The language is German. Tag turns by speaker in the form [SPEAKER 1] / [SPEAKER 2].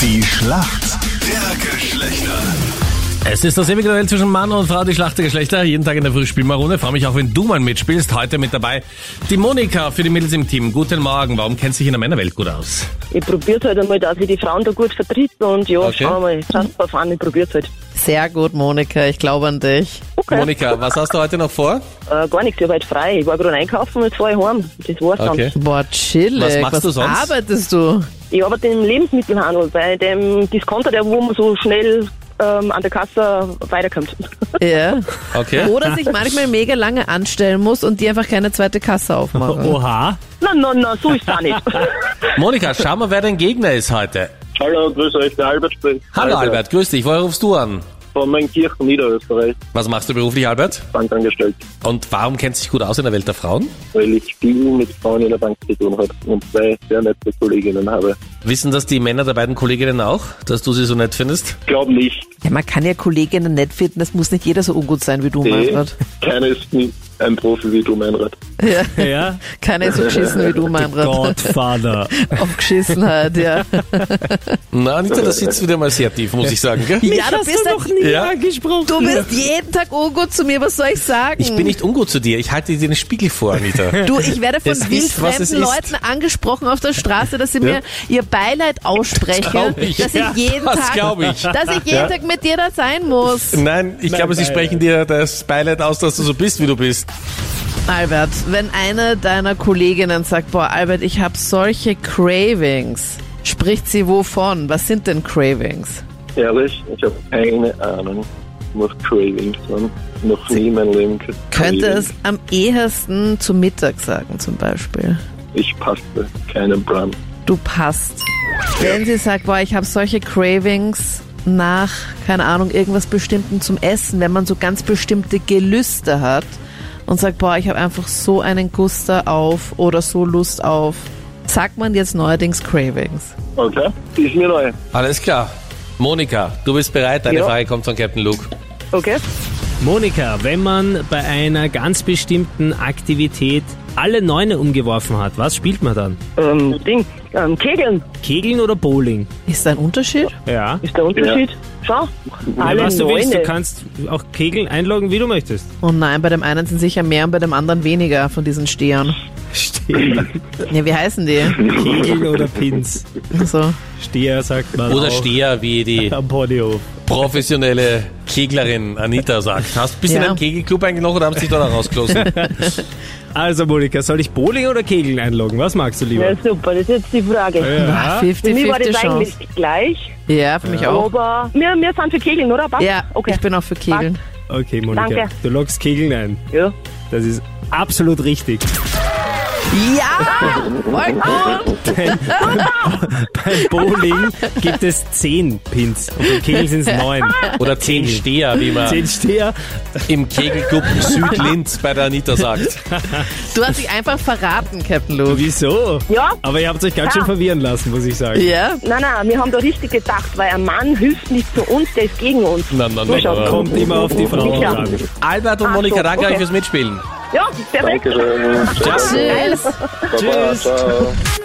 [SPEAKER 1] Die Schlacht der Geschlechter.
[SPEAKER 2] Es ist das ewige Duell zwischen Mann und Frau, die Schlacht der Geschlechter. Jeden Tag in der Früh spielen wir Runde. Freue mich auch, wenn du mal mitspielst. Heute mit dabei die Monika für die Mädels im Team. Guten Morgen. Warum kennt sich in der Männerwelt gut aus?
[SPEAKER 3] Ich probiere halt einmal, dass ich die Frauen da gut vertrete und ja,
[SPEAKER 2] Okay.
[SPEAKER 3] schauen wir mal. Schaut
[SPEAKER 4] Mhm.
[SPEAKER 3] drauf an, ich probiere halt.
[SPEAKER 4] Sehr gut, Monika. Ich glaube an dich.
[SPEAKER 3] Okay.
[SPEAKER 2] Monika, was hast du heute noch vor?
[SPEAKER 3] Äh, gar nichts, ich war halt frei. Ich war gerade einkaufen und fahre ich heim. Das war's
[SPEAKER 2] Okay.
[SPEAKER 3] dann.
[SPEAKER 4] Boah, chillig.
[SPEAKER 2] Was machst du sonst?
[SPEAKER 4] arbeitest du?
[SPEAKER 3] Ich arbeite im Lebensmittelhandel, bei dem Discounter, der wo man so schnell ähm, an der Kasse weiterkommt.
[SPEAKER 4] Ja.
[SPEAKER 2] Okay.
[SPEAKER 4] Oder sich manchmal mega lange anstellen muss und die einfach keine zweite Kasse aufmachen.
[SPEAKER 2] Oha.
[SPEAKER 3] na, na, na, so ist es auch nicht.
[SPEAKER 2] Monika, schau mal, wer dein Gegner ist heute.
[SPEAKER 5] Hallo, grüß euch, der Albert spricht.
[SPEAKER 2] Hallo
[SPEAKER 5] Also,
[SPEAKER 2] Albert, grüß dich. Woher rufst du an?
[SPEAKER 5] Von Neunkirchen, Niederösterreich,
[SPEAKER 2] Was machst du beruflich, Albert?
[SPEAKER 5] Bankangestellt,
[SPEAKER 2] Und warum kennst du dich gut aus in der Welt der Frauen?
[SPEAKER 5] weil ich viel mit Frauen in der Bank zu tun habe und zwei sehr nette Kolleginnen habe.
[SPEAKER 2] Wissen das die Männer der beiden Kolleginnen auch, dass du sie so nett findest?
[SPEAKER 5] Glaub nicht,
[SPEAKER 4] Ja, man kann ja Kolleginnen nett finden. Das muss nicht jeder so ungut sein wie du,
[SPEAKER 5] nee,
[SPEAKER 4] Manfred.
[SPEAKER 5] keiner ist nie ein Profi wie du, Meinrad.
[SPEAKER 4] Ja.
[SPEAKER 6] Ja,
[SPEAKER 4] Keiner ist so geschissen wie du, Manfred.
[SPEAKER 6] Godfather.
[SPEAKER 4] Auf Geschissenheit, ja.
[SPEAKER 2] Na, Anita, das sitzt wieder mal sehr tief, muss ich sagen. Gell?
[SPEAKER 4] Ja, du bist, ein,
[SPEAKER 2] Ja,
[SPEAKER 4] du bist jeden Tag ungut zu mir. Was soll ich sagen?
[SPEAKER 2] Ich bin nicht ungut zu dir. Ich halte dir den Spiegel vor, Anita.
[SPEAKER 4] Du, ich werde von
[SPEAKER 2] Es ist, was es
[SPEAKER 4] wildfremden
[SPEAKER 2] ist.
[SPEAKER 4] Leuten angesprochen auf der Straße, dass sie mir ihr Beileid aussprechen,
[SPEAKER 2] glaub ich.
[SPEAKER 4] dass
[SPEAKER 2] Ja,
[SPEAKER 4] ich jeden
[SPEAKER 2] das
[SPEAKER 4] Tag,
[SPEAKER 2] glaub ich.
[SPEAKER 4] dass ich jeden Tag mit dir da sein muss.
[SPEAKER 2] Nein, ich glaube, sie sprechen dir das Beileid aus, dass du so bist, wie du bist.
[SPEAKER 4] Albert, wenn eine deiner Kolleginnen sagt, boah, Albert, ich habe solche Cravings, spricht sie wovon? Was sind denn Cravings?
[SPEAKER 5] Ehrlich, ich habe keine Ahnung, was Cravings sind. Noch nie in meinem Leben ge-
[SPEAKER 4] Könnte
[SPEAKER 5] Cravings.
[SPEAKER 4] es am ehesten zum Mittag sagen, zum Beispiel.
[SPEAKER 5] Ich passte keinen Plan.
[SPEAKER 4] Du passt. Wenn sie sagt, boah, ich habe solche Cravings nach, keine Ahnung, irgendwas Bestimmten zum Essen, wenn man so ganz bestimmte Gelüste hat und sagt, boah, ich habe einfach so einen Guster auf oder so Lust auf, sagt man jetzt neuerdings Cravings.
[SPEAKER 5] Okay, ist mir neu.
[SPEAKER 2] Alles klar. Monika, du bist bereit. Deine
[SPEAKER 3] Ja.
[SPEAKER 2] Frage kommt von Captain Luke.
[SPEAKER 3] Okay?
[SPEAKER 6] Monika, wenn man bei einer ganz bestimmten Aktivität alle Neune umgeworfen hat, was spielt man dann?
[SPEAKER 3] Ähm, Ding, ähm, Kegeln
[SPEAKER 6] Kegeln oder Bowling?
[SPEAKER 4] Ist da ein Unterschied?
[SPEAKER 6] Ja.
[SPEAKER 3] ist der Unterschied. Schau, alle
[SPEAKER 6] ja was du willst, du
[SPEAKER 3] Neune.
[SPEAKER 6] kannst auch Kegeln einloggen, wie du möchtest.
[SPEAKER 4] Oh nein, bei dem einen sind sicher mehr und bei dem anderen weniger von diesen Stehern.
[SPEAKER 6] Stehen.
[SPEAKER 4] Ja, wie heißen die? Also,
[SPEAKER 6] Kegeln oder Pins.
[SPEAKER 4] So.
[SPEAKER 6] Steher sagt man
[SPEAKER 2] Oder
[SPEAKER 6] auch
[SPEAKER 2] Steher, wie die
[SPEAKER 6] am Ponyhof.
[SPEAKER 2] professionelle Keglerin Anita sagt. Hast du bist in
[SPEAKER 4] Ja.
[SPEAKER 2] einem Kegelclub eingelocht oder haben sie dich da rausgeschlossen?
[SPEAKER 6] Also Monika, soll ich Bowling oder Kegeln einloggen? Was magst du lieber?
[SPEAKER 3] Ja, super, das ist jetzt die Frage. Ah,
[SPEAKER 6] Ja.
[SPEAKER 3] Für mich war das
[SPEAKER 4] 50-50 Chance.
[SPEAKER 3] eigentlich gleich,
[SPEAKER 4] Ja, für mich auch.
[SPEAKER 3] aber wir, wir sind für Kegeln, oder? Passt?
[SPEAKER 4] Ja,
[SPEAKER 3] Ah, okay.
[SPEAKER 4] ich bin auch für Kegeln.
[SPEAKER 6] Okay, Monika,
[SPEAKER 3] Danke.
[SPEAKER 6] du loggst Kegeln ein.
[SPEAKER 3] ja.
[SPEAKER 6] Das ist absolut richtig.
[SPEAKER 4] Ja! Voll gut!
[SPEAKER 6] Beim Bowling gibt es 10 Pins und beim Kegeln sind es 9.
[SPEAKER 2] Oder zehn Steher, wie man
[SPEAKER 6] 10 Steher.
[SPEAKER 2] im Kegelclub Südlinz bei der Anita sagt.
[SPEAKER 4] Du hast dich einfach verraten, Captain Luke.
[SPEAKER 6] Wieso?
[SPEAKER 3] Ja.
[SPEAKER 6] Aber ihr habt euch ganz schön verwirren lassen, muss ich sagen.
[SPEAKER 4] Ja,
[SPEAKER 3] Nein, nein, wir haben da richtig gedacht, weil ein Mann hilft nicht zu uns, der ist gegen uns.
[SPEAKER 2] Nein, nein,
[SPEAKER 3] So
[SPEAKER 2] nein,
[SPEAKER 3] schaut's
[SPEAKER 2] nein.
[SPEAKER 3] aus.
[SPEAKER 6] Kommt immer auf die Frau
[SPEAKER 3] Ja.
[SPEAKER 6] an.
[SPEAKER 2] Albert und
[SPEAKER 3] Ach so,
[SPEAKER 2] Monika, danke
[SPEAKER 3] okay.
[SPEAKER 2] euch fürs Mitspielen.
[SPEAKER 3] Ja, perfekt.
[SPEAKER 5] Dankeschön.
[SPEAKER 2] Ciao.
[SPEAKER 4] Tschüss.
[SPEAKER 5] Baba,
[SPEAKER 6] Tschüss.
[SPEAKER 5] Ciao.